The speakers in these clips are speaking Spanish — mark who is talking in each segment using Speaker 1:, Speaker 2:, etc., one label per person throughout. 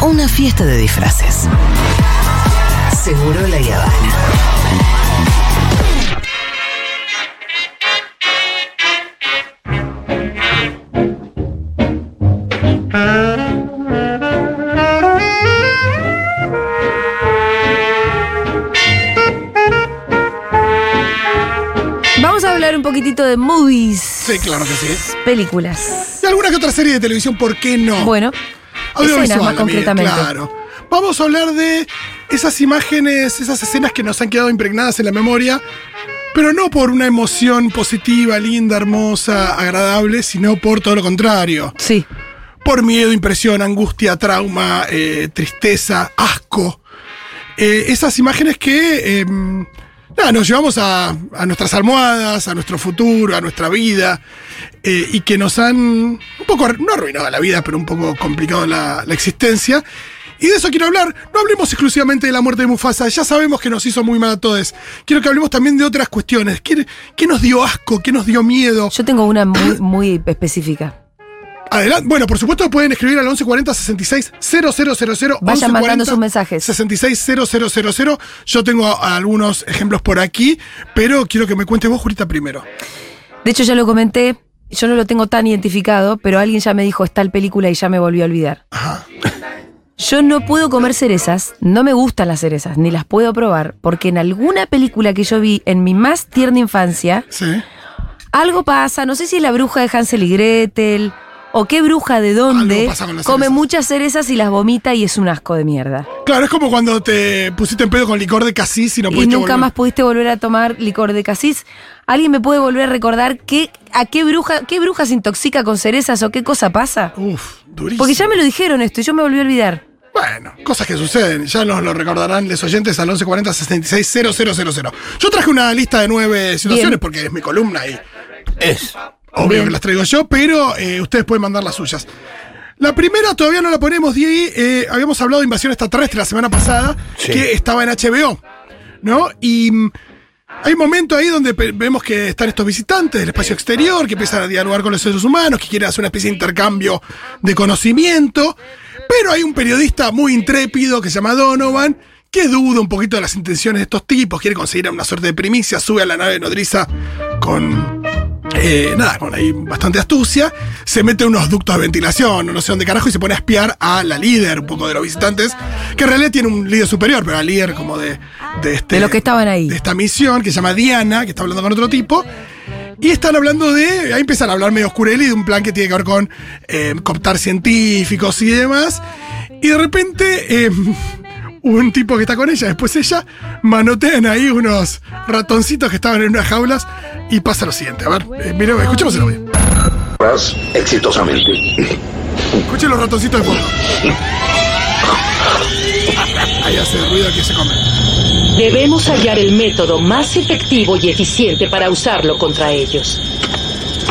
Speaker 1: una fiesta de disfraces. Seguro la Habana.
Speaker 2: Vamos a hablar un poquitito de movies.
Speaker 3: Sí, claro que sí.
Speaker 2: Películas.
Speaker 3: Y alguna que otra serie de televisión, ¿por qué no?
Speaker 2: Bueno,
Speaker 3: Audiovisual,
Speaker 2: escenas más
Speaker 3: amiga,
Speaker 2: concretamente.
Speaker 3: Claro. Vamos a hablar de esas imágenes, esas escenas que nos han quedado impregnadas en la memoria, pero no por una emoción positiva, linda, hermosa, agradable, sino por todo lo contrario.
Speaker 2: sí.
Speaker 3: Por miedo, impresión, angustia, trauma, eh, tristeza, asco. Eh, esas imágenes que eh, nada, nos llevamos a, a nuestras almohadas, a nuestro futuro, a nuestra vida, eh, y que nos han un poco, arru- no arruinado la vida, pero un poco complicado la, la existencia. Y de eso quiero hablar. No hablemos exclusivamente de la muerte de Mufasa. Ya sabemos que nos hizo muy mal a todos. Quiero que hablemos también de otras cuestiones. ¿Qué, qué nos dio asco? ¿Qué nos dio miedo?
Speaker 2: Yo tengo una muy, muy específica.
Speaker 3: Adelante. Bueno, por supuesto pueden escribir al 1140 66 000
Speaker 2: Vayan
Speaker 3: 1140
Speaker 2: mandando sus mensajes.
Speaker 3: 66 000. Yo tengo a- algunos ejemplos por aquí, pero quiero que me cuentes vos, Jurita, primero.
Speaker 2: De hecho, ya lo comenté. Yo no lo tengo tan identificado, pero alguien ya me dijo, está tal película y ya me volvió a olvidar.
Speaker 3: Ajá.
Speaker 2: Yo no puedo comer cerezas, no me gustan las cerezas, ni las puedo probar, porque en alguna película que yo vi en mi más tierna infancia,
Speaker 3: Sí.
Speaker 2: algo pasa, no sé si es la bruja de Hansel y Gretel, o qué bruja de
Speaker 3: Algo
Speaker 2: dónde,
Speaker 3: pasa con las
Speaker 2: come
Speaker 3: cerezas.
Speaker 2: muchas cerezas y las vomita y es un asco de mierda.
Speaker 3: Claro, es como cuando te pusiste en pedo con licor de casis y no
Speaker 2: y
Speaker 3: pudiste
Speaker 2: nunca
Speaker 3: volver.
Speaker 2: más pudiste volver a tomar licor de casis. ¿Alguien me puede volver a recordar qué, a qué bruja, qué bruja se intoxica con cerezas o qué cosa pasa?
Speaker 3: Uf, durísimo.
Speaker 2: Porque ya me lo dijeron esto y yo me volví a olvidar.
Speaker 3: Bueno, cosas que suceden, ya nos lo recordarán los oyentes al 1140 66 000. Yo traje una lista de nueve situaciones
Speaker 2: Bien.
Speaker 3: porque es mi columna y es obvio que las traigo yo, pero eh, ustedes pueden mandar las suyas. La primera todavía no la ponemos, Diego. eh, habíamos hablado de invasión extraterrestre la semana pasada, que estaba en HBO, ¿no? Y mm, hay un momento ahí donde pe- vemos que están estos visitantes del espacio exterior, que empiezan a dialogar con los seres humanos, que quieren hacer una especie de intercambio de conocimiento. Pero hay un periodista muy intrépido que se llama Donovan, que duda un poquito de las intenciones de estos tipos, quiere conseguir una suerte de primicia, sube a la nave nodriza con. eh, nada, con ahí bastante astucia, se mete unos ductos de ventilación, o no sé dónde carajo, y se pone a espiar a la líder, un poco de los visitantes, que en realidad tiene un líder superior, pero la líder como de, de este
Speaker 2: De los que estaban ahí.
Speaker 3: de esta misión que se llama Diana, que está hablando con otro tipo. Y están hablando de. Ahí empiezan a hablar medio oscureli de un plan que tiene que ver con eh, cooptar científicos y demás. Y de repente, eh, un tipo que está con ella, después ella, manotean ahí unos ratoncitos que estaban en unas jaulas. Y pasa lo siguiente. A ver, eh, mire, escuchemos el audio.
Speaker 4: Más exitosamente.
Speaker 3: Escuchen los ratoncitos de fondo. Ahí hace ruido que se come.
Speaker 5: Debemos hallar el método más efectivo y eficiente para usarlo contra ellos.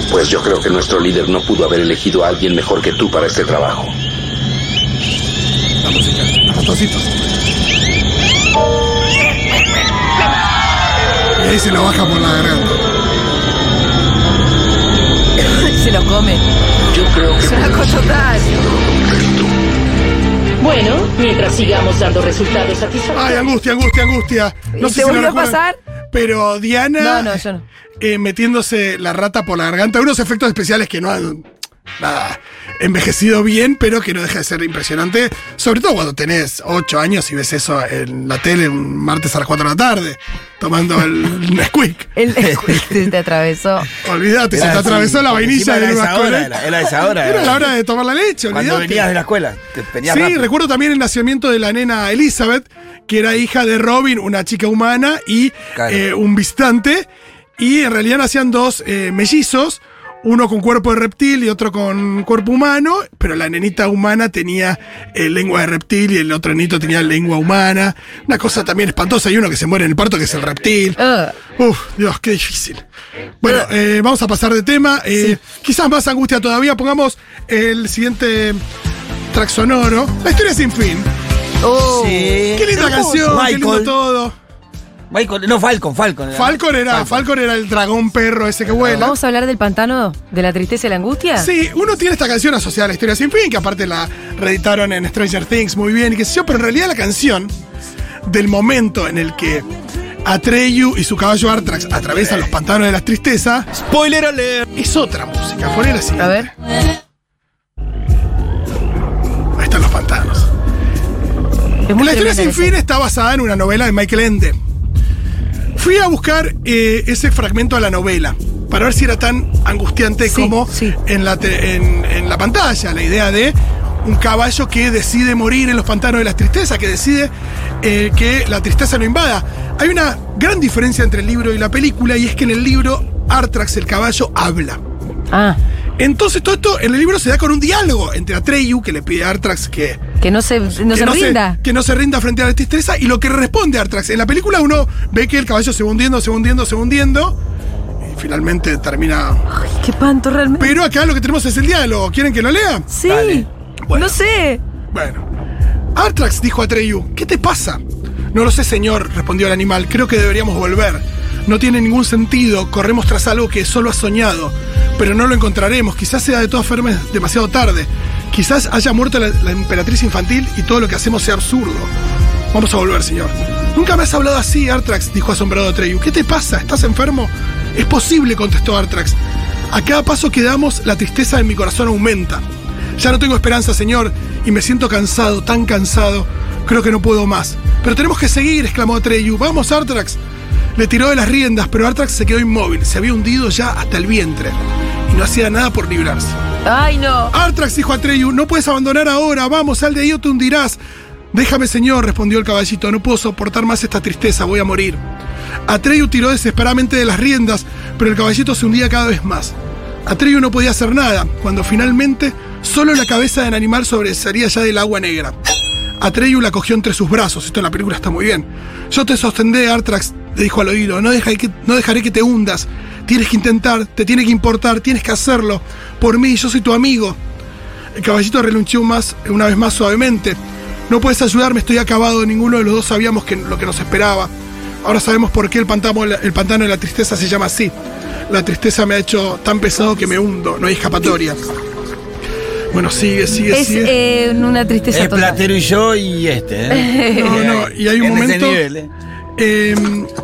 Speaker 4: Pues yo creo que nuestro líder no pudo haber elegido a alguien mejor que tú para este trabajo.
Speaker 3: La música, los ratoncitos. Y ahí se lo baja por la garganta.
Speaker 2: se lo come.
Speaker 4: Yo creo que
Speaker 2: Es una cosa total.
Speaker 5: Bueno, mientras sigamos dando resultados satisfactorios.
Speaker 3: Ay, angustia, angustia, angustia.
Speaker 2: ¿Y te
Speaker 3: lo
Speaker 2: volvió a
Speaker 3: recuerdan,
Speaker 2: pasar?
Speaker 3: Pero Diana.
Speaker 2: No, no, yo no.
Speaker 3: eh, metiéndose la rata por la garganta. Unos efectos especiales que no han. Nada. Envejecido bien, pero que no deja de ser impresionante. Sobre todo cuando tenés 8 años y ves eso en la tele un martes a las 4 de la tarde, tomando el Nesquik.
Speaker 2: El, te atravesó.
Speaker 3: Olvídate, se
Speaker 6: Era
Speaker 3: te
Speaker 6: así.
Speaker 3: atravesó la vainilla
Speaker 6: Encima
Speaker 3: de
Speaker 6: era
Speaker 3: una
Speaker 6: esa hora,
Speaker 3: escuela.
Speaker 6: era- era esa hora,
Speaker 3: Era
Speaker 6: era.
Speaker 3: la hora de tomar la leche,
Speaker 6: Cuando
Speaker 3: olvídate.
Speaker 6: venías de la escuela, te venías
Speaker 3: Sí,
Speaker 6: rápido.
Speaker 3: recuerdo también el nacimiento de la nena Elizabeth, que era hija de Robin, una chica humana, y
Speaker 6: Claro.
Speaker 3: eh, un visitante. Y en realidad nacían dos eh, mellizos, uno con cuerpo de reptil y otro con cuerpo humano, pero la nenita humana tenía eh, lengua de reptil y el otro nenito tenía lengua humana. Una cosa también espantosa, hay uno que se muere en el parto que es el reptil.
Speaker 2: Ah.
Speaker 3: Uf, Dios, qué difícil. Bueno, eh, vamos a pasar de tema. Eh, Quizás más angustia todavía. Pongamos el siguiente track sonoro. La historia sin fin.
Speaker 2: Oh.
Speaker 6: Sí.
Speaker 3: Qué linda canción, qué lindo
Speaker 6: Eh, Michael.
Speaker 3: todo.
Speaker 6: Michael, no, Falcon, Falcon. era.
Speaker 3: Falcon era, Falcon era el dragón perro ese que vuela.
Speaker 2: ¿Vamos a hablar del pantano? ¿De la tristeza y la angustia?
Speaker 3: Sí, uno tiene esta canción asociada a la historia sin fin, que aparte la reeditaron en Stranger Things muy bien y qué sé yo, pero en realidad la canción del momento en el que Atreyu y su caballo Artrax atraviesan los pantanos de las tristezas
Speaker 7: Spoiler alert.
Speaker 3: es otra música. Poner así.
Speaker 2: A ver.
Speaker 3: Ahí están los pantanos.
Speaker 2: Es muy
Speaker 3: La historia
Speaker 2: tremenda
Speaker 3: sin
Speaker 2: esa.
Speaker 3: fin está basada en una novela de Michael Ende. Fui a buscar eh, ese fragmento de la novela para ver si era tan angustiante
Speaker 2: Sí,
Speaker 3: como
Speaker 2: sí.
Speaker 3: En, la te- en- en la pantalla. La idea de un caballo que decide morir en los pantanos de las tristezas, que decide eh, que la tristeza lo invada. Hay una gran diferencia entre el libro y la película y es que en el libro Artrax, el caballo, habla.
Speaker 2: Ah,
Speaker 3: Entonces todo esto en el libro se da con un diálogo entre Atreyu, que le pide a Artrax que
Speaker 2: que no se, no se rinda.
Speaker 3: que no se rinda frente a la tristeza y lo que responde Artrax. En la película uno ve que el caballo se va hundiendo, se va hundiendo, se va hundiendo. Y finalmente termina.
Speaker 2: Ay, qué panto realmente.
Speaker 3: Pero acá lo que tenemos es el diálogo. ¿Quieren que lo lea?
Speaker 2: sí.
Speaker 6: Dale.
Speaker 3: Bueno.
Speaker 2: No sé.
Speaker 3: Bueno. Artrax dijo a Treyu, ¿qué te pasa? No lo sé, señor, respondió el animal. Creo que deberíamos volver. No tiene ningún sentido. Corremos tras algo que solo has soñado. Pero no lo encontraremos. Quizás sea de todas formas demasiado tarde. Quizás haya muerto la, la emperatriz infantil y todo lo que hacemos sea absurdo. Vamos a volver, señor. Nunca me has hablado así, Artrax, dijo asombrado Treyu. ¿Qué te pasa? ¿Estás enfermo? Es posible, contestó Artrax. A cada paso que damos, la tristeza en mi corazón aumenta. Ya no tengo esperanza, señor, y me siento cansado, tan cansado. Creo que no puedo más. Pero tenemos que seguir, exclamó Atreyu. Vamos, Artrax. Le tiró de las riendas, pero Artrax se quedó inmóvil. Se había hundido ya hasta el vientre. Y no hacía nada por librarse.
Speaker 2: Ay, no.
Speaker 3: Artrax dijo a Atreyu, no puedes abandonar ahora, vamos, sal de ahí o te hundirás. Déjame, señor, respondió el caballito, no puedo soportar más esta tristeza, voy a morir. Atreyu tiró desesperadamente de las riendas, pero el caballito se hundía cada vez más. Atreyu no podía hacer nada, cuando finalmente solo la cabeza del animal sobresalía ya del agua negra. Atreyu la cogió entre sus brazos, esto en la película está muy bien. Yo te sostendré, Artrax, le dijo al oído, no, deja que, no dejaré que te hundas. Tienes que intentar, te tiene que importar, tienes que hacerlo. Por mí, yo soy tu amigo. El caballito relunchó más, una vez más suavemente. No puedes ayudarme, estoy acabado. Ninguno de los dos sabíamos que- lo que nos esperaba. Ahora sabemos por qué el pantano, el pantano de la tristeza se llama así. La tristeza me ha hecho tan pesado que me hundo. No hay escapatoria. Bueno, sigue, sigue,
Speaker 2: Es
Speaker 3: sigue.
Speaker 2: eh, una tristeza
Speaker 6: Es
Speaker 2: total.
Speaker 6: Platero y yo y este. ¿eh?
Speaker 3: No, no, y hay un
Speaker 6: En ese
Speaker 3: momento-
Speaker 6: nivel, ¿eh?
Speaker 3: Eh,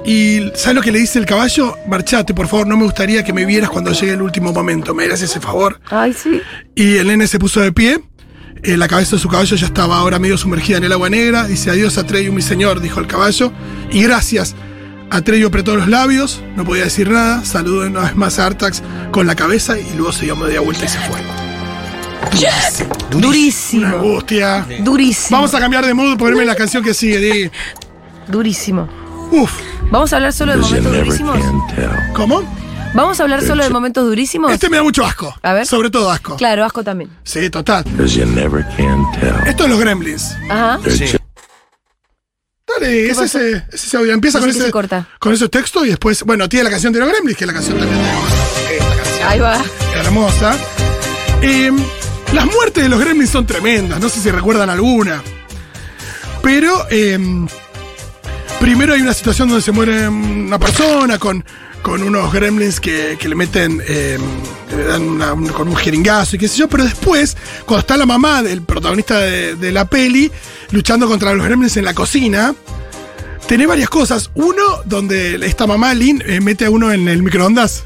Speaker 3: y ¿sabes lo que le dice el caballo? Marchate, por favor, no me gustaría que me vieras cuando llegue el último momento. ¿Me harías ese favor?
Speaker 2: Ay, sí.
Speaker 3: Y el nene se puso de pie. Eh, la cabeza de su caballo ya estaba ahora medio sumergida en el agua negra. Dice, adiós Atreyu, mi señor, dijo el caballo. Y gracias. Atreyu apretó los labios, no podía decir nada. Saludó una vez más a Artax con la cabeza y luego se dio media vuelta y se fue. Una
Speaker 2: Durísimo.
Speaker 3: angustia.
Speaker 2: Durísimo.
Speaker 3: Vamos a cambiar de mood, ponerme la canción que sigue, Di.
Speaker 2: Durísimo.
Speaker 3: Uf,
Speaker 2: Vamos a hablar solo de momentos durísimos.
Speaker 3: ¿cómo?
Speaker 2: Vamos a hablar solo de momentos durísimos.
Speaker 3: Este me da mucho asco.
Speaker 2: A ver.
Speaker 3: Sobre todo asco.
Speaker 2: Claro, asco también.
Speaker 3: Sí, total.
Speaker 8: Cause you never can tell.
Speaker 3: Esto es los Gremlins.
Speaker 2: Ajá.
Speaker 6: Sí.
Speaker 3: Dale, es
Speaker 2: pasó?
Speaker 3: ese, es ese audio. Empieza
Speaker 2: No
Speaker 3: con
Speaker 2: sé qué
Speaker 3: ese,
Speaker 2: se corta.
Speaker 3: con ese texto y después, bueno, tiene la canción de los Gremlins, que es la canción también de esta canción.
Speaker 2: Ahí va.
Speaker 3: Hermosa. Eh, las muertes de los Gremlins son tremendas, no sé si recuerdan alguna. Pero eh, primero hay una situación donde se muere una persona con, con unos Gremlins que, que le meten, eh, le dan una- un- con un jeringazo y qué sé yo. Pero después, cuando está la mamá del protagonista de, de la peli luchando contra los Gremlins en la cocina. Tiene varias cosas. Uno, donde esta mamá, Lynn, eh, mete a uno en el microondas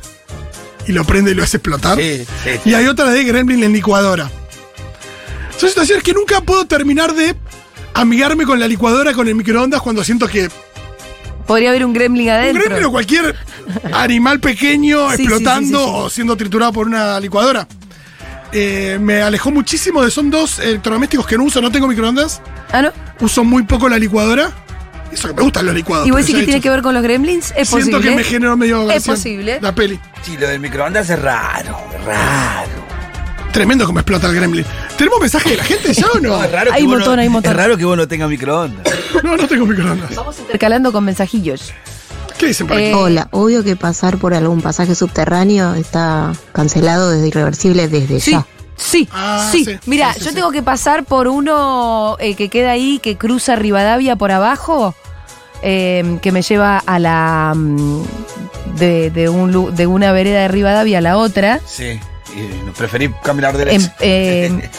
Speaker 3: y lo prende y lo hace explotar.
Speaker 6: Sí, sí, sí.
Speaker 3: Y hay otra de Gremlin en licuadora. Son situaciones que nunca puedo terminar de amigarme con la licuadora, con el microondas, cuando siento que
Speaker 2: Podría haber un gremlin
Speaker 3: un
Speaker 2: adentro.
Speaker 3: gremlin o cualquier animal pequeño
Speaker 2: Sí, sí,
Speaker 3: explotando
Speaker 2: sí, sí, sí.
Speaker 3: o siendo triturado por una licuadora. Eh, me alejó muchísimo de. Son dos electrodomésticos que no uso, no tengo microondas.
Speaker 2: Ah, ¿no?
Speaker 3: Uso muy poco la licuadora. Eso que me gustan los licuados.
Speaker 2: ¿Y
Speaker 3: pero
Speaker 2: vos decís
Speaker 3: ya
Speaker 2: que
Speaker 3: he
Speaker 2: tiene
Speaker 3: dicho.
Speaker 2: que ver con los gremlins? ¿Es
Speaker 3: Siento
Speaker 2: posible?
Speaker 3: que me generó medio.
Speaker 2: Es
Speaker 3: versión
Speaker 2: posible.
Speaker 3: La peli.
Speaker 6: Sí, lo del microondas es raro, raro.
Speaker 3: Tremendo como explota el gremlin. ¿Tenemos mensaje de la gente ya o no?
Speaker 6: No, es raro que
Speaker 2: Hay
Speaker 6: vos
Speaker 2: montón,
Speaker 6: no,
Speaker 2: hay montón.
Speaker 6: Es raro que vos no tengas microondas.
Speaker 3: No, no tengo microondas.
Speaker 2: Vamos intercalando con mensajillos.
Speaker 3: ¿Qué dicen por aquí?
Speaker 2: Eh,
Speaker 9: Hola, obvio que pasar por algún pasaje subterráneo está cancelado desde irreversible desde
Speaker 2: Sí.
Speaker 9: ya.
Speaker 2: Sí,
Speaker 3: Ah,
Speaker 2: sí.
Speaker 3: sí,
Speaker 2: Mira,
Speaker 3: sí, sí,
Speaker 2: yo
Speaker 3: sí.
Speaker 2: tengo que pasar por uno eh, que queda ahí, que cruza Rivadavia por abajo, eh, que me lleva a la. mm, de, de un, lu- de una vereda de Rivadavia a la otra.
Speaker 6: Sí. Y preferí caminar
Speaker 2: Em,
Speaker 6: derecho.
Speaker 2: eh,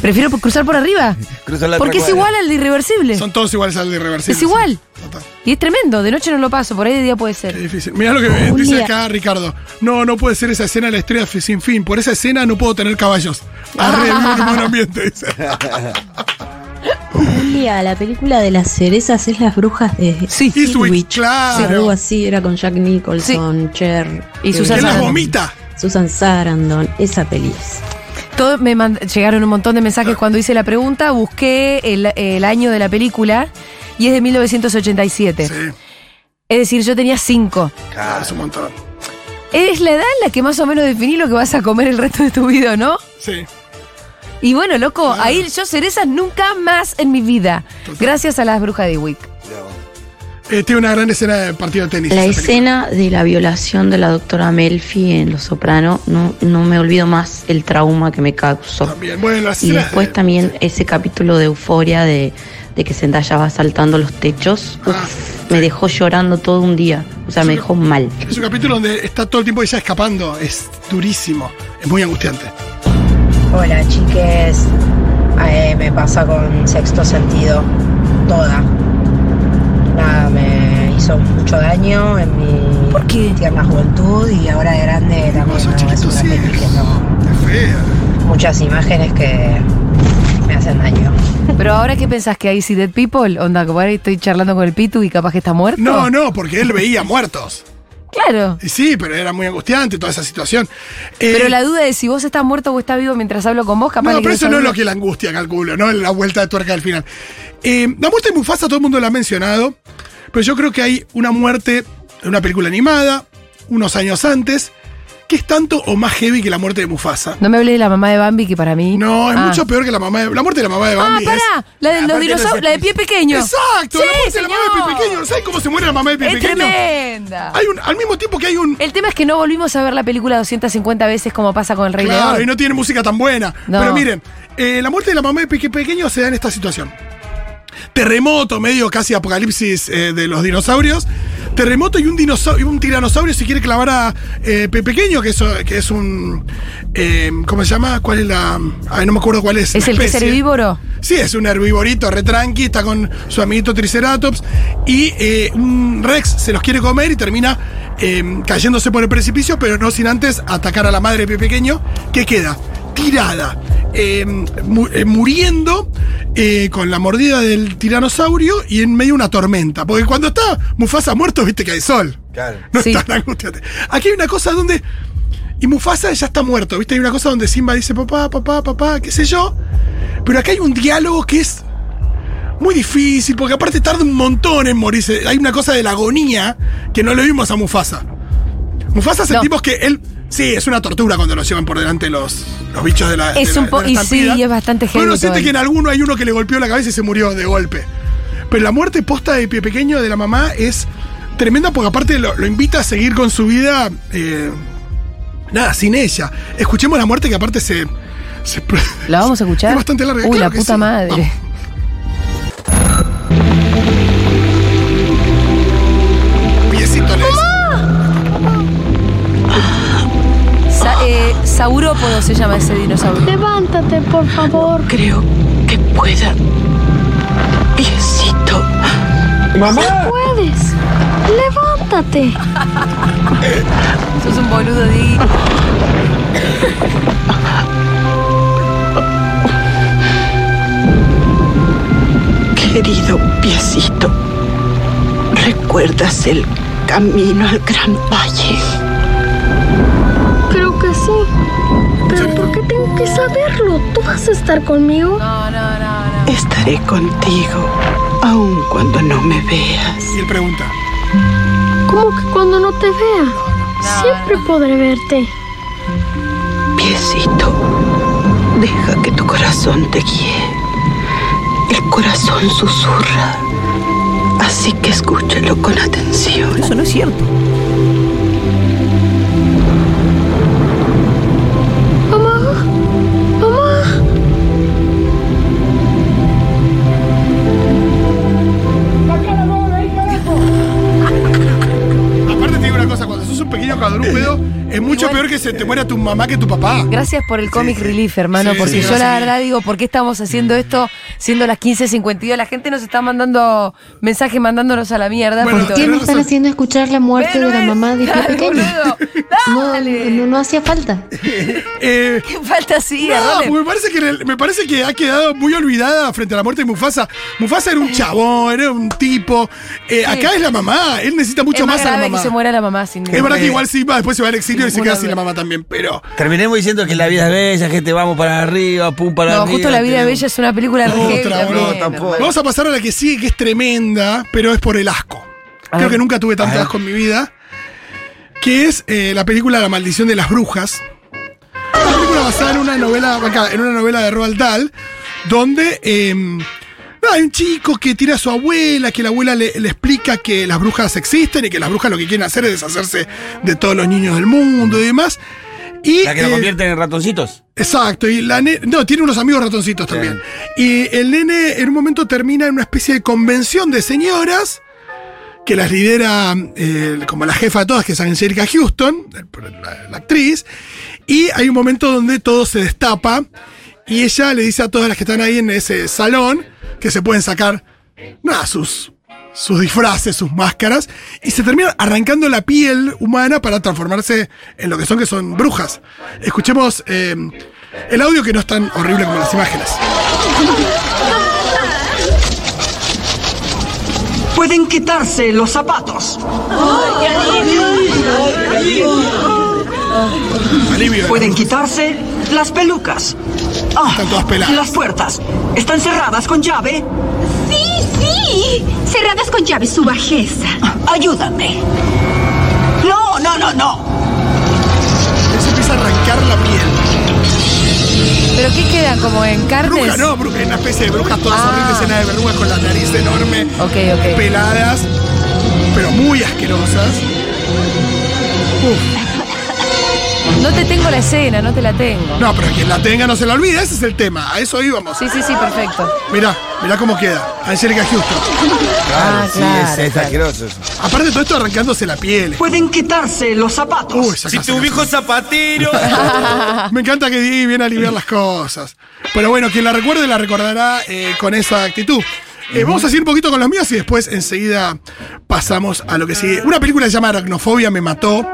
Speaker 2: Prefiero por- cruzar por arriba.
Speaker 6: Cruza la
Speaker 2: Porque
Speaker 6: otra
Speaker 2: es
Speaker 6: cuadra.
Speaker 2: igual al de irreversible.
Speaker 3: Son todos iguales al de irreversible.
Speaker 2: Eh, Es igual.
Speaker 3: sí. Total.
Speaker 2: Y es tremendo. De noche no lo paso, por ahí de día puede
Speaker 3: Qué
Speaker 2: ser.
Speaker 3: difícil. Mirá lo que
Speaker 2: Un
Speaker 3: dice
Speaker 2: día.
Speaker 3: acá Ricardo. No, no puede ser esa escena de la estrella fi- sin fin. Por esa escena no puedo tener caballos. Arre, mira qué buen ambiente, dice.
Speaker 7: Julia, la película de las cerezas es Las Brujas de Ah,
Speaker 2: Sí.
Speaker 3: Eastwick, claro.
Speaker 7: Algo así era con Jack Nicholson, Cher
Speaker 2: Y
Speaker 7: eh,
Speaker 2: Susan
Speaker 3: Que la
Speaker 2: Sarandon.
Speaker 3: vomita.
Speaker 7: Susan Sarandon, esa peli es.
Speaker 2: Todo- me mand- llegaron un montón de mensajes cuando hice la pregunta. Busqué el, el año de la película y es de 1987.
Speaker 3: Sí,
Speaker 2: Es decir, yo tenía cinco.
Speaker 3: claro, es un montón.
Speaker 2: Es la edad en la que más o menos definís lo que vas a comer el resto de tu vida, ¿no?
Speaker 3: Sí.
Speaker 2: Y bueno, loco, ahí yo cerezas nunca más en mi vida. Gracias a las brujas de Wick.
Speaker 3: Eh, tiene una gran escena de partido de tenis.
Speaker 7: La
Speaker 3: esa película.
Speaker 7: escena de la violación de la doctora Melfi en Los Soprano, no, no me olvido más el trauma que me causó.
Speaker 3: También. Bueno, la
Speaker 7: Y
Speaker 3: escena-
Speaker 7: después también ese capítulo de euforia de, de que Zendaya va saltando los techos, uf,
Speaker 3: Ah,
Speaker 7: me dejó llorando todo un día, o sea, me dejó mal.
Speaker 3: Es un capítulo donde está todo el tiempo ella escapando. Es durísimo. Es muy angustiante.
Speaker 10: Hola chiques, Eh, me pasa con sexto sentido, toda. Nada, me hizo mucho daño en mi
Speaker 2: ¿Por qué?
Speaker 10: tierna juventud y ahora de grande también.
Speaker 3: Cuando sos
Speaker 10: ¿no? Es
Speaker 3: chiquito,
Speaker 10: una
Speaker 3: sí.
Speaker 10: peli que no-
Speaker 3: Es fea.
Speaker 10: muchas imágenes que me hacen daño.
Speaker 2: Pero ahora, ¿qué pensás que hay si Dead People? Onda, como ahora estoy charlando con el Pitu y capaz que está muerto.
Speaker 3: No, Eh. no, porque él veía muertos.
Speaker 2: Claro.
Speaker 3: Y sí, pero era muy angustiante toda esa situación. Eh,
Speaker 2: Pero la duda de si vos estás muerto o estás vivo mientras hablo con vos, capaz le
Speaker 3: No, pero
Speaker 2: querés
Speaker 3: eso no es lo
Speaker 2: hablar.
Speaker 3: que la angustia, calculo, ¿no? La vuelta de tuerca al final. Eh, la muerte de Mufasa todo el mundo la ha mencionado, pero yo creo que hay una muerte en una película animada, unos años antes, que es tanto o más heavy que la muerte de Mufasa.
Speaker 2: No me hables de la mamá de Bambi, que para mí.
Speaker 3: No, es
Speaker 2: Ah.
Speaker 3: mucho peor que la mamá de... La muerte de la mamá de
Speaker 2: Ah,
Speaker 3: Bambi es-
Speaker 2: pará, la de
Speaker 3: Aparte
Speaker 2: los
Speaker 3: no es
Speaker 2: dinosaurios, la de pie pequeño.
Speaker 3: Exacto,
Speaker 2: Sí,
Speaker 3: la muerte de la mamá de
Speaker 2: señor.
Speaker 3: Pie Pequeño. ¿Sabes cómo se muere la mamá de Pie
Speaker 2: Es
Speaker 3: Pequeño?
Speaker 2: tremenda.
Speaker 3: Hay un, al mismo tiempo que hay un...
Speaker 2: El tema es que no volvimos a ver la película 250 veces como pasa con el Rey
Speaker 3: Claro, y
Speaker 2: León.
Speaker 3: no tiene música tan buena.
Speaker 2: No.
Speaker 3: Pero miren, eh, la muerte de la mamá de Peque Pequeño se da en esta situación. Terremoto, medio casi apocalipsis eh, de los dinosaurios. Terremoto y un dinosaurio, un tiranosaurio se quiere clavar a eh, Pe- Pequeño, que es, que es un. eh, ¿Cómo se llama? ¿Cuál es la.? Ay, no me acuerdo cuál es.
Speaker 2: ¿Es
Speaker 3: la
Speaker 2: el que es
Speaker 3: especie.
Speaker 2: herbívoro?
Speaker 3: Sí, es un herbivorito re tranqui, está con su amiguito Triceratops. Y eh, un Rex se los quiere comer y termina eh, cayéndose por el precipicio, pero no sin antes atacar a la madre de Pie Pequeño, que queda tirada, eh, mu- eh, muriendo eh, con la mordida del tiranosaurio y en medio de una tormenta. Porque cuando está Mufasa muerto, viste que hay sol.
Speaker 6: Claro.
Speaker 3: No
Speaker 2: Sí.
Speaker 3: es tan angustiante. Aquí hay una cosa donde. Y Mufasa ya está muerto, ¿viste? Hay una cosa donde Simba dice papá, papá, papá, qué sé yo. Pero acá hay un diálogo que es muy difícil, porque aparte tarda un montón en morirse. Hay una cosa de la agonía que no le vimos a Mufasa. Mufasa sentimos que él. Sí, es una tortura cuando lo llevan por delante los, los bichos de la.
Speaker 2: Es
Speaker 3: de la-
Speaker 2: un po-
Speaker 3: de la
Speaker 2: y
Speaker 3: estampida.
Speaker 2: sí, es bastante
Speaker 3: Pero uno
Speaker 2: heavy
Speaker 3: siente
Speaker 2: todo.
Speaker 3: que en alguno hay uno que le golpeó la cabeza y se murió de golpe. Pero la muerte posta de pie pequeño de la mamá es tremenda porque aparte lo, lo invita a seguir con su vida. eh, nada, sin ella. Escuchemos la muerte que aparte se. se-
Speaker 2: ¿La vamos a escuchar?
Speaker 3: Es bastante larga.
Speaker 2: Uy,
Speaker 3: claro
Speaker 2: la
Speaker 3: que
Speaker 2: puta
Speaker 3: sí.
Speaker 2: madre.
Speaker 3: Vamos, piecito le dice.
Speaker 2: Sa- eh, saurópodo se llama ese dinosaurio.
Speaker 7: Levántate, por favor.
Speaker 5: Creo que pueda. Diosito.
Speaker 7: Puedes. Levántate.
Speaker 2: Sos un boludo, Diggy.
Speaker 5: Querido piecito, ¿recuerdas el camino al gran valle?
Speaker 7: Creo que sí. Pero ¿por qué tengo que saberlo? ¿Tú vas a estar conmigo?
Speaker 2: No, no, no, no.
Speaker 5: Estaré contigo, aun cuando no me veas.
Speaker 3: Y él pregunta.
Speaker 7: ¿Cómo que cuando no te vea? Siempre podré verte.
Speaker 5: Piecito, deja que tu corazón te guíe. El corazón susurra, así que escúchalo con atención.
Speaker 2: Eso no es cierto.
Speaker 3: Aparte te digo una cosa, cuando sos un pequeño cuadrúpedo, es mucho peor que se se te muera tu mamá que tu papá.
Speaker 2: Gracias por el comic relief, hermano,
Speaker 3: Sí,
Speaker 2: porque
Speaker 3: sí,
Speaker 2: yo la
Speaker 3: gracias.
Speaker 2: verdad digo, ¿por qué estamos haciendo esto siendo las 15.52? La gente nos está mandando mensajes mandándonos a la mierda.
Speaker 3: Bueno,
Speaker 2: porque-
Speaker 3: ¿Qué me están
Speaker 11: haciendo escuchar la muerte
Speaker 2: Pero es- Dale, boludo, dale.
Speaker 11: hacía falta.
Speaker 3: Eh,
Speaker 2: ¿Qué falta así?
Speaker 3: no, me parece, que en el- me parece que ha quedado muy olvidada frente a la muerte de Mufasa. Mufasa era un chabón, era un tipo. Eh, Acá es la mamá, él necesita mucho
Speaker 2: es más,
Speaker 3: más, a
Speaker 2: grave
Speaker 3: la mamá.
Speaker 2: que se muera la mamá sin
Speaker 3: Es verdad que igual sí, va, después se va al exilio y se
Speaker 2: Ninguna
Speaker 3: queda sin
Speaker 2: duda.
Speaker 3: la mamá también, pero.
Speaker 6: Terminemos diciendo que la vida es bella, gente, vamos para arriba, pum, para
Speaker 2: No,
Speaker 6: arriba.
Speaker 2: justo La vida
Speaker 6: tenemos-
Speaker 2: bella es una película re heavy
Speaker 3: Otra, boludo,
Speaker 2: también,
Speaker 6: tampoco.
Speaker 2: hermano.
Speaker 3: Vamos a pasar a la que sigue, que es tremenda, pero es por el asco.
Speaker 2: A
Speaker 3: Creo
Speaker 2: ver.
Speaker 3: que nunca tuve tanto
Speaker 6: A ver.
Speaker 3: asco en mi vida. Que es eh, la película La Maldición de las Brujas. Una película basada en una novela, acá, en una novela de Roald Dahl, donde eh, nada, hay un chico que tira a su abuela, que la abuela le, le explica que las brujas existen y que las brujas lo que quieren hacer es deshacerse de todos los niños del mundo y demás. Y,
Speaker 6: La que nos
Speaker 3: eh,
Speaker 6: convierten en ratoncitos.
Speaker 3: Exacto, y la ne- no, tiene unos amigos ratoncitos también. Y el nene en un momento termina en una especie de convención de señoras que las lidera eh, como la jefa de todas, que es Angelica Houston, la, la actriz, y hay un momento donde todo se destapa y ella le dice a todas las que están ahí en ese salón que se pueden sacar nada, sus, sus disfraces, sus máscaras, y se terminan arrancando la piel humana para transformarse en lo que son, que son brujas. Escuchemos eh, el audio que no es tan horrible como las imágenes.
Speaker 12: Pueden quitarse los zapatos.
Speaker 3: Alivio.
Speaker 12: Pueden quitarse las pelucas. Ah,
Speaker 3: Están todas peladas.
Speaker 12: Las puertas están cerradas con llave.
Speaker 13: ¡Sí, sí! Cerradas con llave, su bajeza.
Speaker 12: Ayúdame. No, no, no, no.
Speaker 3: Se empieza a arrancar la piel.
Speaker 2: ¿Pero qué queda? ¿Como en carnes?
Speaker 3: Bruja, no, bruja, es una especie de brujas todas
Speaker 2: Ah.
Speaker 3: horribles, llenas de verrugas con la nariz enorme,
Speaker 2: Ok, ok.
Speaker 3: peladas, pero muy asquerosas. Uf.
Speaker 2: No te tengo la escena, no te la tengo.
Speaker 3: No, pero quien la tenga no se la olvida, ese es el tema, a eso íbamos.
Speaker 2: Sí, sí, sí, perfecto.
Speaker 3: Mirá, mirá cómo queda. Angelica Houston.
Speaker 2: Ah,
Speaker 6: sí,
Speaker 2: claro,
Speaker 6: es, es
Speaker 2: claro.
Speaker 6: asqueroso eso.
Speaker 3: Aparte de todo esto arrancándose la piel.
Speaker 12: Pueden quitarse los zapatos.
Speaker 3: Uy, saca, saca,
Speaker 6: viejo zapatero.
Speaker 3: Me encanta que Diego viene a aliviar las cosas. Pero bueno, quien la recuerde la recordará eh, con esa actitud. Eh, Vamos a seguir un poquito con los míos y después enseguida pasamos a lo que sigue. Una película que se llama Aracnofobia me mató,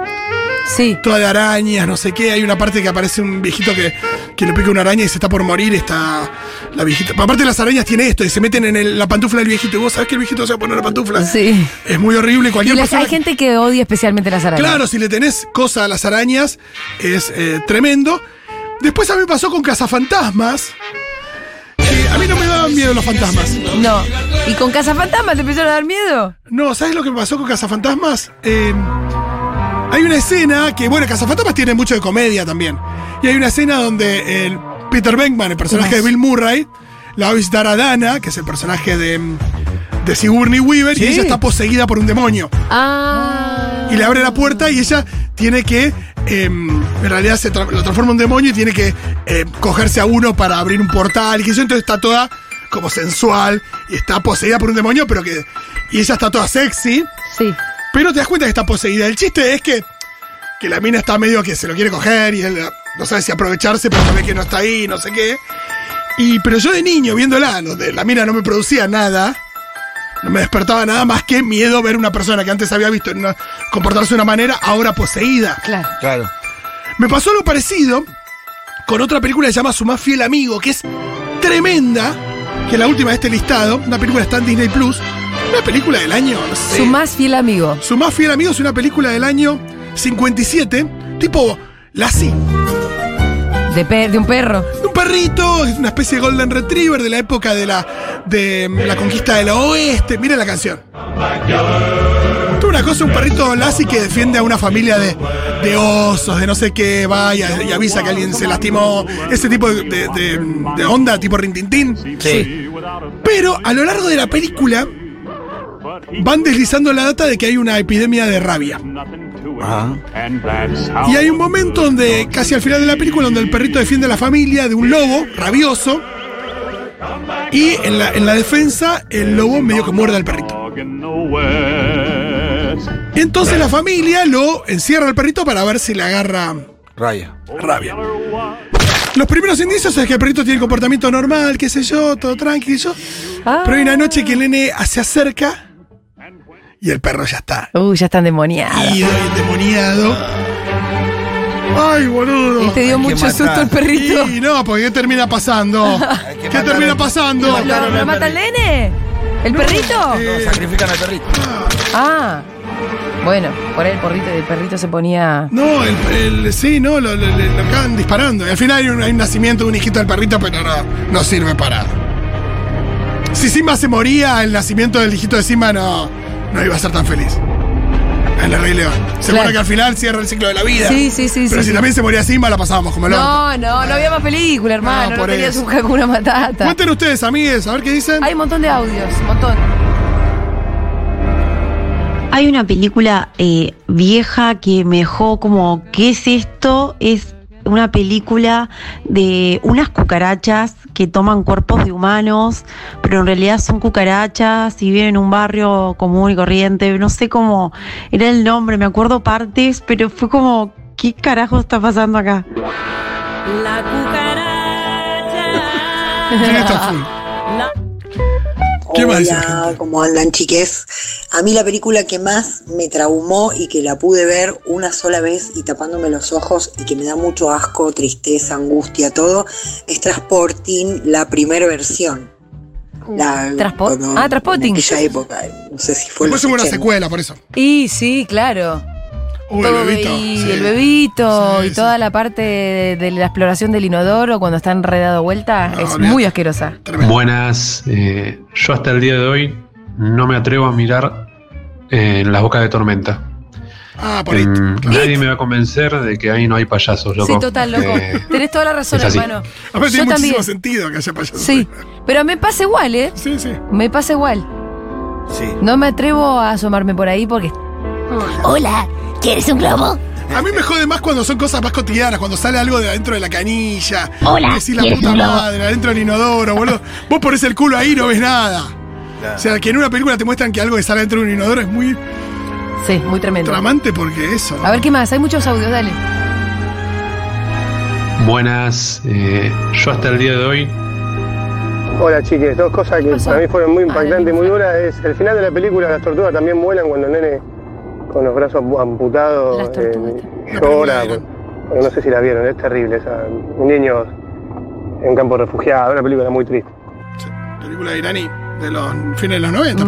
Speaker 2: Sí.
Speaker 3: toda de arañas, no sé qué. Hay una parte que aparece un viejito que, que le pica una araña y se está por morir. Está la viejita. Aparte, las arañas tiene esto y se meten en el- la pantufla del viejito. Y vos sabés que el viejito se va a poner la pantufla.
Speaker 2: Sí.
Speaker 3: Es muy horrible.
Speaker 2: Y
Speaker 3: Cualquier
Speaker 2: las-
Speaker 3: persona
Speaker 2: hay
Speaker 3: que-
Speaker 2: gente que odia especialmente las arañas.
Speaker 3: Claro, si le tenés cosa a las arañas, es eh, tremendo. Después a mí me pasó con cazafantasmas. que a mí no me daban miedo los fantasmas.
Speaker 2: No. ¿Y con Cazafantasma te empezaron a dar miedo?
Speaker 3: No, ¿sabes lo que me pasó con cazafantasmas? Eh, hay una escena que, bueno, cazafantasmas tiene mucho de comedia también. Y hay una escena donde el Peter Venkman, el personaje de Bill Murray, la va a visitar a Dana, que es el personaje de, em, de Sigourney Weaver,
Speaker 2: Sí.
Speaker 3: y ella está poseída por un demonio.
Speaker 2: Ah.
Speaker 3: y le abre la puerta y ella tiene que eh, en realidad se tra- lo transforma en un demonio y tiene que eh, cogerse a uno para abrir un portal y que eso entonces está toda como sensual y está poseída por un demonio pero que y ella está toda sexy
Speaker 2: Sí.
Speaker 3: pero te das cuenta que está poseída el chiste es que que la mina está medio que se lo quiere coger y él no sabe si aprovecharse pero sabe que no está ahí no sé qué y pero yo de niño viéndola donde la mina no me producía nada no me despertaba nada más que miedo ver una persona que antes había visto en una- comportarse de una manera, ahora poseída.
Speaker 2: Claro.
Speaker 6: Claro.
Speaker 3: Me pasó algo parecido con otra película que se llama Su más fiel amigo, que es tremenda, que es la última de este listado, una película que está en Disney Plus, una película del año, no sé.
Speaker 2: Su más fiel amigo.
Speaker 3: Su más fiel amigo es una película del año 57, tipo Lassie,
Speaker 2: De, pe- de un perro.
Speaker 3: un perrito, es una especie de Golden Retriever de la época de la, de mm, la conquista del oeste. Mira la canción. Tú una cosa, un perrito Lassie que defiende a una familia de, de osos, de no sé qué, va y, y avisa que alguien se lastimó, ese tipo de, de- de- de onda, tipo rintintín.
Speaker 6: Sí.
Speaker 3: Pero a lo largo de la película van deslizando la data de que hay una epidemia de rabia.
Speaker 6: Ajá.
Speaker 3: Y hay un momento donde, casi al final de la película, donde el perrito defiende a la familia de un lobo rabioso. Y en la, en la defensa, el lobo medio que muerde al perrito. Entonces la familia lo encierra al perrito para ver si le agarra
Speaker 6: Raya.
Speaker 3: Rabia. Los primeros indicios es que el perrito tiene el comportamiento normal, qué sé yo, todo tranquilo. Pero hay una noche que el nene se acerca y el perro ya está.
Speaker 2: Uh, ya están endemoniados.
Speaker 3: Ido y endemoniado. Ay, boludo.
Speaker 2: Y te Este dio
Speaker 3: Hay que
Speaker 2: mucho susto
Speaker 3: matar.
Speaker 2: el perrito.
Speaker 3: Y no, porque ¿qué termina pasando? ¿Qué
Speaker 6: matar
Speaker 3: termina
Speaker 6: al-
Speaker 3: pasando?
Speaker 2: ¿Lo, lo- lo mata el nene? ¿El perrito?
Speaker 6: No, sacrifican al perrito.
Speaker 2: Ah. Bueno, por ahí el porrito del perrito se ponía.
Speaker 3: No, el, el- sí, no, lo, lo- lo- lo acaban disparando. Y al final hay un, hay un nacimiento de un hijito del perrito, pero no, no sirve para. Si Simba se moría, el nacimiento del hijito de Simba no, no iba a ser tan feliz. En el Rey León. Se
Speaker 2: Claro.
Speaker 3: muere que al final cierra el ciclo de la vida.
Speaker 2: Sí, sí, sí,
Speaker 3: Pero
Speaker 2: sí,
Speaker 3: si
Speaker 2: sí.
Speaker 3: también se moría Simba, la pasábamos como loco.
Speaker 2: No, no, no había más película, hermano. No,
Speaker 3: por
Speaker 2: tenía
Speaker 3: eso.
Speaker 2: su Hakuna Matata.
Speaker 3: Cuenten ustedes, amigues, a ver qué dicen.
Speaker 2: Hay un montón de audios, un montón.
Speaker 14: Hay una película eh, vieja que me dejó como, ¿qué es esto? Es una película de unas cucarachas que toman cuerpos de humanos, pero en realidad son cucarachas y viven en un barrio común y corriente. No sé cómo era el nombre, me acuerdo partes, pero fue como, ¿qué carajo está pasando acá?
Speaker 15: La
Speaker 3: ¿Quién está full? ¿Qué más dice la
Speaker 16: Hola, ¿cómo andan chiques? A mí la película que más me traumó y que la pude ver una sola vez y tapándome los ojos y que me da mucho asco, tristeza, angustia, todo, es Transporting, la primera versión. La,
Speaker 2: Transport-
Speaker 16: cuando-
Speaker 2: ah, Transporting.
Speaker 16: En aquella época, no sé si fue
Speaker 3: Después
Speaker 16: los
Speaker 3: hubo una
Speaker 16: 80.
Speaker 3: secuela, por eso.
Speaker 2: Y sí, claro.
Speaker 3: Uy, el
Speaker 2: Todo
Speaker 3: bebito.
Speaker 2: Y
Speaker 3: sí.
Speaker 2: el bebito
Speaker 3: Sí,
Speaker 2: y toda la parte de, de la exploración del inodoro cuando está enredado vuelta es muy asquerosa.
Speaker 17: Buenas, eh, yo hasta el día de hoy no me atrevo a mirar eh, en las bocas de tormenta.
Speaker 3: Ah, por
Speaker 17: Mm, nadie me va a convencer de que ahí no hay payasos, loco.
Speaker 2: Sí, total, loco.
Speaker 17: Eh,
Speaker 2: Tenés toda la razón,
Speaker 17: es así.
Speaker 2: hermano.
Speaker 3: Aparte
Speaker 2: Yo
Speaker 3: tiene muchísimo
Speaker 2: también.
Speaker 3: sentido que haya pasado.
Speaker 2: Sí, pero me pasa igual, ¿eh?
Speaker 3: Sí, sí.
Speaker 2: Me pasa igual.
Speaker 6: Sí.
Speaker 2: No me atrevo a asomarme por ahí porque. Hola, ¿quieres un globo?
Speaker 3: A mí me jode más cuando son cosas más cotidianas, cuando sale algo de adentro de la canilla.
Speaker 2: Hola,
Speaker 3: Decís la
Speaker 2: ¿quieres
Speaker 3: puta
Speaker 2: un globo?
Speaker 3: madre, adentro del inodoro, boludo. Vos ponés el culo ahí y no ves nada. O sea, que en una película te muestran que algo que sale dentro de un inodoro es muy
Speaker 2: Sí, muy tremendo.
Speaker 3: tramante porque eso.
Speaker 2: A ver qué más, hay muchos audios, dale.
Speaker 17: Buenas, eh, yo hasta el día de hoy
Speaker 18: Hola chiques, dos cosas que para mí fueron muy impactantes, muy duras, es el final de la película, las tortugas también vuelan cuando el nene con los brazos amputados eh, llora, Bueno, no sé si la vieron, es terrible, esa, niños en campo refugiado, una película muy triste.
Speaker 3: Película iraní de los fines de los 90.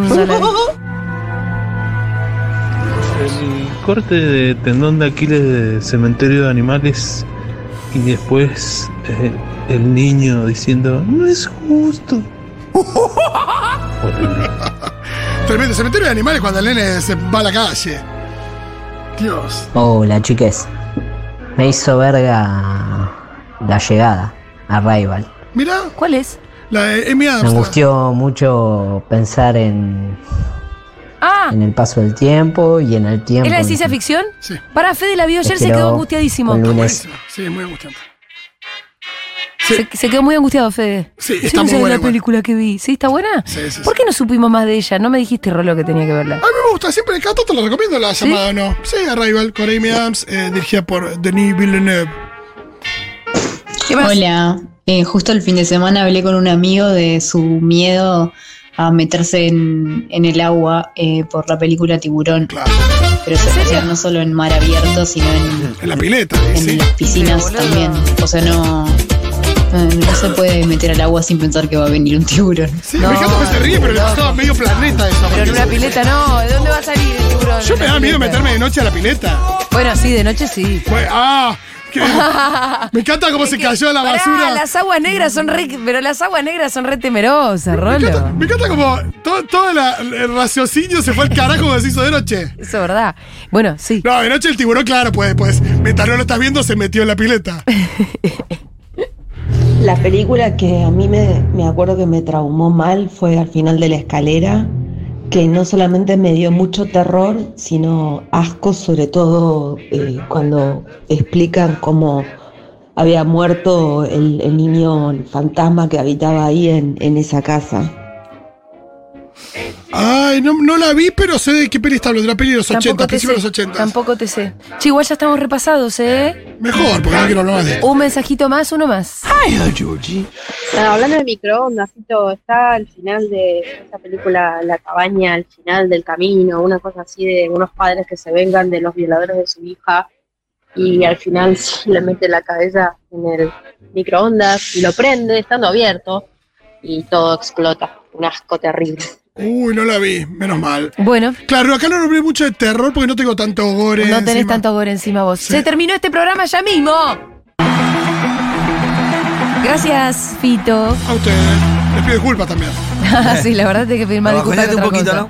Speaker 19: El corte de Este tendón de Aquiles de Cementerio de Animales y después eh, el niño diciendo no es justo.
Speaker 3: Tremendo. Cementerio de animales cuando el nene se va a la calle. Dios.
Speaker 20: Hola chiques, me hizo verga la llegada a Rival.
Speaker 3: Mirá.
Speaker 2: ¿Cuál es?
Speaker 3: La de Amy
Speaker 20: Me
Speaker 3: Adams.
Speaker 20: angustió mucho pensar en,
Speaker 2: Ah,
Speaker 20: en el paso del tiempo y en el tiempo.
Speaker 2: ¿es la de ciencia ficción?
Speaker 3: Sí.
Speaker 2: Para Fede la vio ayer, se
Speaker 20: Pero
Speaker 2: quedó angustiadísimo.
Speaker 20: el lunes.
Speaker 3: Sí, muy angustiante.
Speaker 2: Se, se quedó muy angustiado, Fede.
Speaker 3: Sí,
Speaker 2: Yo
Speaker 3: está
Speaker 2: no
Speaker 3: muy
Speaker 2: sé
Speaker 3: buena
Speaker 2: la
Speaker 3: igual.
Speaker 2: película que vi. ¿Sí está buena?
Speaker 3: Sí, sí,
Speaker 2: ¿Por qué no supimos más de ella? No me dijiste, Rolo, que tenía que verla.
Speaker 3: A mí me gusta, siempre cada tanto la recomiendo la llamada o no. Sí, Arrival con Amy Adams, eh, dirigida por Denis Villeneuve.
Speaker 21: Hola, Eh, justo el fin de semana hablé con un amigo de su miedo a meterse en, en el agua eh, por la película Tiburón. Pero se- o sea, no solo en mar abierto, sino en,
Speaker 3: En la pileta,
Speaker 21: en las piscinas también. O sea, no, no, no se puede meter al agua sin pensar que va a venir un tiburón.
Speaker 3: Sí, me encanta que se ríe, pero le gustaba medio planeta esa
Speaker 2: Pero en una pileta no, ¿de dónde va a salir el tiburón?
Speaker 3: Yo me da miedo meterme de noche a la pileta.
Speaker 2: Bueno, sí, de noche sí.
Speaker 3: ah, que- me encanta cómo se cayó a la
Speaker 2: Pará,
Speaker 3: basura.
Speaker 2: las aguas negras son re, pero las aguas negras son re temerosas, Rolo.
Speaker 3: Me encanta como todo, todo la- el raciocinio se fue al carajo cuando se hizo de noche.
Speaker 2: Eso es verdad. Bueno, sí.
Speaker 3: No, de noche el tiburón, claro, pues, pues, mientras no lo estás viendo, se metió en la pileta.
Speaker 22: La película que a mí me, me acuerdo que me traumó mal fue al final de la escalera, que no solamente me dio mucho terror, sino asco, sobre todo eh, cuando explican cómo había muerto el, el niño el fantasma que habitaba ahí en, en esa casa.
Speaker 3: Ay, no, no la vi, pero sé de qué peli está hablando, de la peli de los
Speaker 2: Tampoco
Speaker 3: 80,
Speaker 2: te
Speaker 3: principios de
Speaker 2: sé,
Speaker 3: los 80.
Speaker 2: Tampoco te sé. Che, igual ya estamos repasados, ¿eh?
Speaker 3: Mejor, porque no quiero hablar más de
Speaker 2: Un mensajito más, uno más.
Speaker 3: Georgie.
Speaker 7: Bueno, hablando de microondas, Fito, está al final de esta película La cabaña, al final del camino, una cosa así de unos padres que se vengan de los violadores de su hija y al final le mete la cabeza en el microondas y lo prende estando abierto y todo explota. Un asco terrible.
Speaker 3: Uy, no la vi, menos mal.
Speaker 2: Bueno.
Speaker 3: Claro, acá no nombré mucho de terror porque no tengo tanto gore.
Speaker 2: No tenés
Speaker 3: encima.
Speaker 2: tanto gore encima vos. Se terminó este programa ya mismo. Gracias, Fito.
Speaker 3: A ustedes. Les pido disculpas también.
Speaker 2: sí, la verdad es que pedir más disculpas.
Speaker 3: Abajo,
Speaker 2: que
Speaker 3: date un
Speaker 2: otra
Speaker 3: poquito,
Speaker 2: cosa.
Speaker 3: ¿no?